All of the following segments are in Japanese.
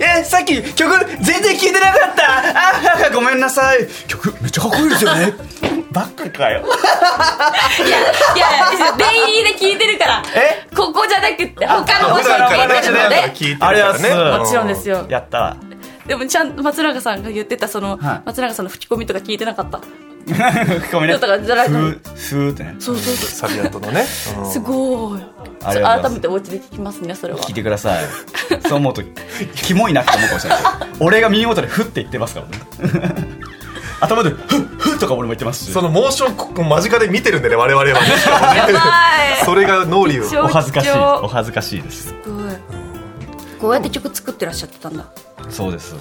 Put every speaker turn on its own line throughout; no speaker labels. え、え、さっき曲全然聴いてなかったあごめんなさい曲めっちゃかっこいいですよね バカかよ
いや、いや、いや全員で聞いてるから。
え
ここじゃなくって、他の
普
星で
段から
聞いてるの
ね
で。
聞いてるからね
ありがとうございます
もちろんですよ。
やったわ
でもちゃんと松永さんが言ってた、その、
はい
松永さんの吹き込みとか聞いてなかった。
吹き込み
ち
ね
ょっとじゃない
ふーふーってね
そうそうそう。
サビアットのね、うん
すごい。
ありがとうございます
改めてお家で聞きますね、それは。
聞いてくださいそう思うとキモいなって思うかもしれない俺が耳元でフって言ってますからね 頭でフッフッとか俺も言ってますし
そのモーションここ間近で見てるんでね我々はね
やばい。
それが脳裏を
お恥ずかしい
上々
お恥ずかしいです
すごいこうやって曲作ってらっしゃってたんだ
そうです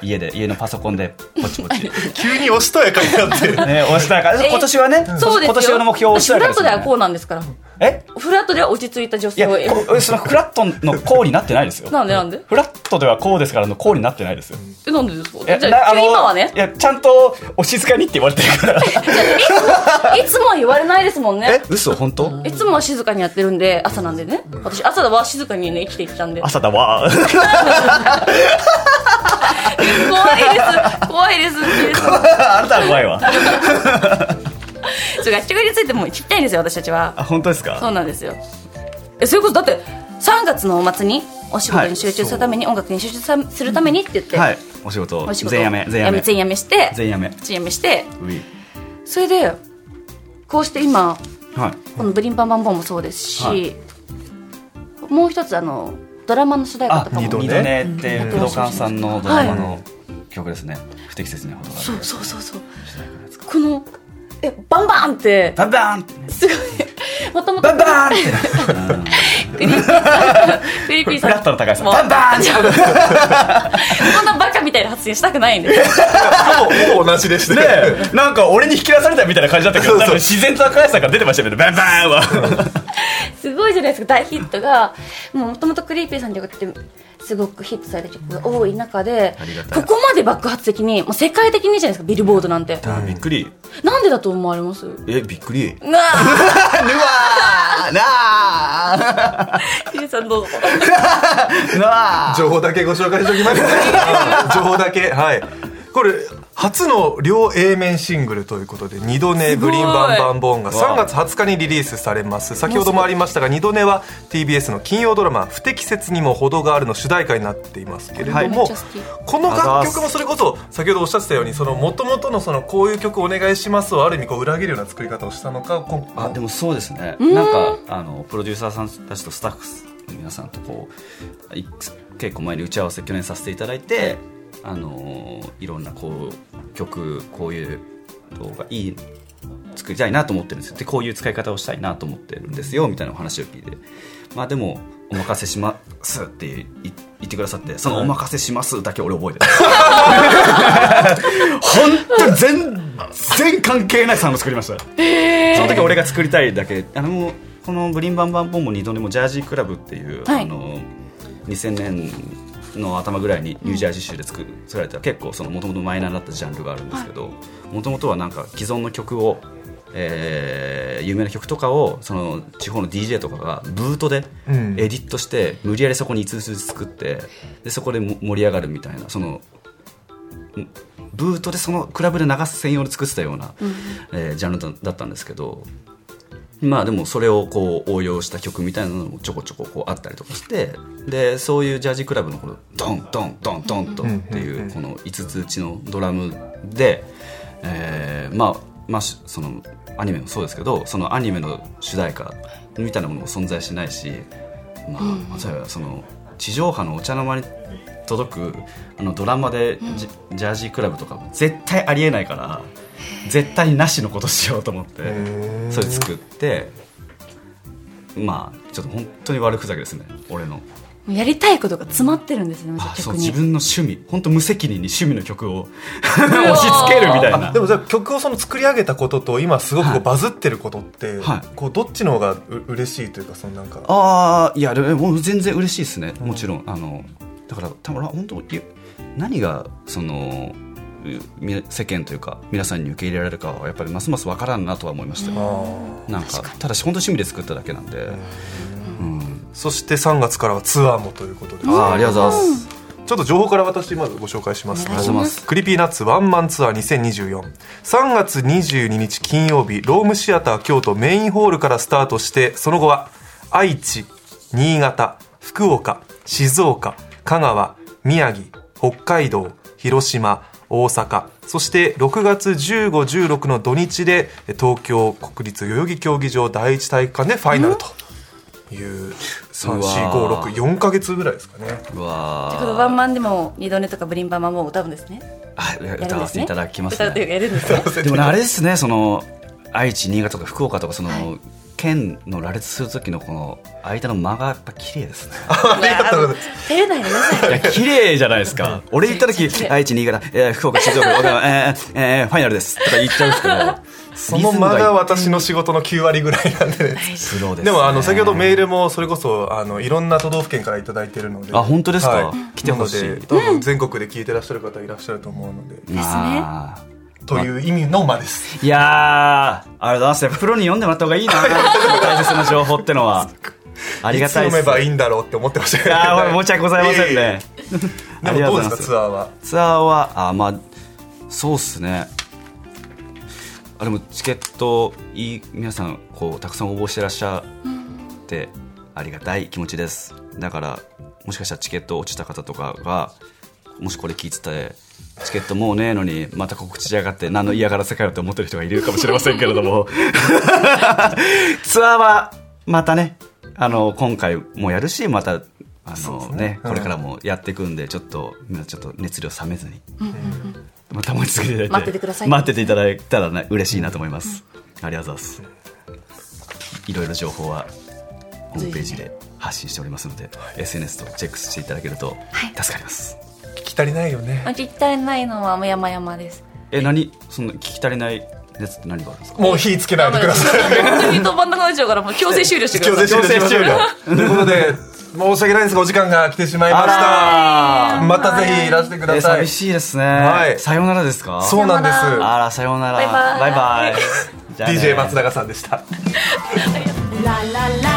家で家のパソコンでポチポ チ
急におしとやかになって
ね、おしたか
え
今年はね、
そうですよ
今年の目標をおし
私フ
たか
ラ
で
ッ
す
ト
ね
ではこうなんですから
え
フラットでは落ち着いた女
い
性
や
を
こそのフラットのこうになってないですよ
なんでなんで
フラットではこうですからのこうになってないですよ
えなんでですか
いや
じゃ
な
あ
あの
今はね
いやちゃんとお静かにって言われてるから
いつもは言われないですもんね
嘘本当
いつもは静かにやってるんで朝なんでね私朝は静かにね生きてきたんで
朝だわ
怖い です怖いです
あなたは 怖いわ
そう楽曲についてもう聞きたいんですよ私たちは
あ本当です
そう
か
なんですよえそれこそだって3月のお祭りにお仕事に集中するために、音楽に集中さするためにって言って、
はいお仕事
お仕事
全やめ全やめ
全やめして
全やめ
全やめして
うい
それでこうして今
はい
この「ブリンバンバンボン」もそうですし、
はい
もう一つあのドラマの主題歌
あ
とかも
二度
ね
ねっていう工藤寛さんのドラマの曲ですね不適切なことがあ
そ
る
うそうそうそうこのえバンバンって
バンバーンって
すごいもともと
バンバーンって
クリーピー
フ
さん
ラットの高橋さん
もう
バンバーンって
こんなバカみたいな発言したくないんです
ほぼほぼ同じでして、
ねえなんか俺に引き出されたみたいな感じだったけど
そうそう
多分自然と赤井さんから出てましたよねバンバーンは
すごいじゃないですか大ヒットがもともとクリーピーさんって曲ってすごくヒットされた曲が多い中で
ありがた
こ
い
こまで爆発的にもう世界的にじゃないですかビルボードなんて
びっくり
なんでだと思われます
えびっくり
なあ
うわーなあ
ヒデさんどうぞ
なあ
情報だけご紹介しておきます情報だけはいこれ初の両 A 面シングルということで「二度寝グリーンバンバンボーン」が3月20日にリリースされます先ほどもありましたが「二度寝」は TBS の金曜ドラマ「不適切にも程がある」の主題歌になっていますけれども、
っちゃ好き
この楽曲もそれこそ先ほどおっしゃってたようにその元々のそのこういう曲お願いしますをある意味こう裏切るような作り方をしたのかこ
あでもそうですねなんかあのプロデューサーさんたちとスタッフの皆さんとこうい結構前に打ち合わせ去年させていただいて、あのーいろんなこう曲こういう動画いい作りたいなと思ってるんですよでこういう使い方をしたいなと思ってるんですよみたいなお話を聞いてまあでもお任せしますって言い言ってくださってその「お任せします」だけ俺覚えてる 本当に全然関係ないサウンド作りましたその時俺が作りたいだけあのもうこの「ブリンバンバンボン」も二度でもジャージークラブっていう、
はい
あの2000年の頭ぐらいにニュージャージー州で作作られた結構もともとマイナーだったジャンルがあるんですけどもともとはなんか既存の曲を、えー有名な曲とかをその地方の DJ とかがブートで
ん
エディットして、無理やりそこに5つずつ作ってでそこでも盛り上がるみたいなそのブートでそのクラブで流す専用で作ってたような、えージャンルだだったんですけどまあでもそれをこう応用した曲みたいなのもちょこちょここうあったりとかしてでそういうジャージークラブのこのドンドンドンドンとっていうこの5つ打ちのドラムで、えーまあまあしそのアニメもそうですけどそのアニメの主題歌みたいなものも存在しないしまあ例えばその地上波のお茶の間に届くあのドラマでジ,、ジャージークラブとかも絶対ありえないから絶対なしのことしようと思ってそれ作ってまあちょっと本当に悪ふざけですね俺の
もうやりたいことが詰まってるんですよね
あそ
曲
う自
に
分の趣味本当無責任に趣味の曲を 押し付けるみたいな
でもじゃあ曲をその作り上げたことと今すごくこ
は
う
い
バズってることって、
はい
こうどっちの方がう嬉しいというかそのなんか
ああいやでももう全然嬉しいですねもちろん、あのだから多分本当い何がそのうみ世間というか皆さんに受け入れられるかはやっぱりますます分からんなとは思いましたよ、なんかただし本当に趣味で作っただけなんで、
そして3月からはツアーもということで
ああありがとうございます、
ちょっと情報から私まずご紹介します
お願いします
クリピーナッツワンマンツアー20243月22日金曜日ロームシアター京都メインホールからスタートしてその後は愛知新潟福岡静岡香川宮城北海道広島大阪そして6月1516の土日で東京国立代々木競技場第一体育館でファイナルという34564か月ぐらいですかね
うわ
こ
ー
のワンマンでも二度寝とかブリンバンマンも歌うんですね
あいや
やる
歌
んで
わ
す
せて
ね
いただきます
歌うというか
ね
やるんですね
でもねあれですねその愛知新潟とか福岡とかその、県の羅列する時のこの間の間がやっぱ綺麗ですね
ありがとうございます
照れないでください
いや綺麗じゃないですか俺行った時愛知新潟、えー福岡静岡岡山えーえーファイナルですとか言っちゃうんですけど
その間
リズム
が
いい
私の仕事の9割ぐらいなんでね。
プロです、ね、
でもあの先ほどメールもそれこそあのいろんな都道府県から頂いただいてるので
あ本当ですか
はい、
来てほしい
なので多分全国で聞いてらっしゃる方いらっしゃると思うので、
まあ
という意味の間です
いやーありがとうございますやっぱプロに読んでもらった方がいいな大切な情報ってのはありがたい
いつ読
で
め
す
ばいいんだろうって思ってましたけ
い
ど
やー申し訳ございません
いえ
ね
いえでもどうですかツアーは
ツアーはあまあそうっすねあでもチケットいい皆さんこうたくさん応募してらっしゃってありがたい気持ちですだからもしかしたらチケット落ちた方とかがもしこれ聞いててチケットもうねえのにまた告知しやがって何の嫌がらせかよって思ってる人がいるかもしれませんけれどもツアーはまたねあの今回もやるしまたあのねこれからもやっていくんでちょっとみんなちょっと熱量冷めずに、また盛り続けていただ
待
いて
っててください
待ってていただいたらね嬉しいなと思います、ありがとうございますいろいろ情報はホームページで発信しておりますので、SNS とチェックしていただけると助かります、
聞き足りないよね
あ実体ないのはもう山々です
え何その聞き足りないやつって何があるんですか
もう火つけないでください
本当に飛ばんなくなっちゃうからもう強制終了してくだ
強
さい
制終了しましょうよということで申し訳ないですがお時間が来てしまいましたまたぜひいらしてく
え
ださい
寂しいですね、
はい
さようならですか
そうなんです
あらさようなら
バイバイ
バイバイじゃあね
DJ 松永さんでした
ラララ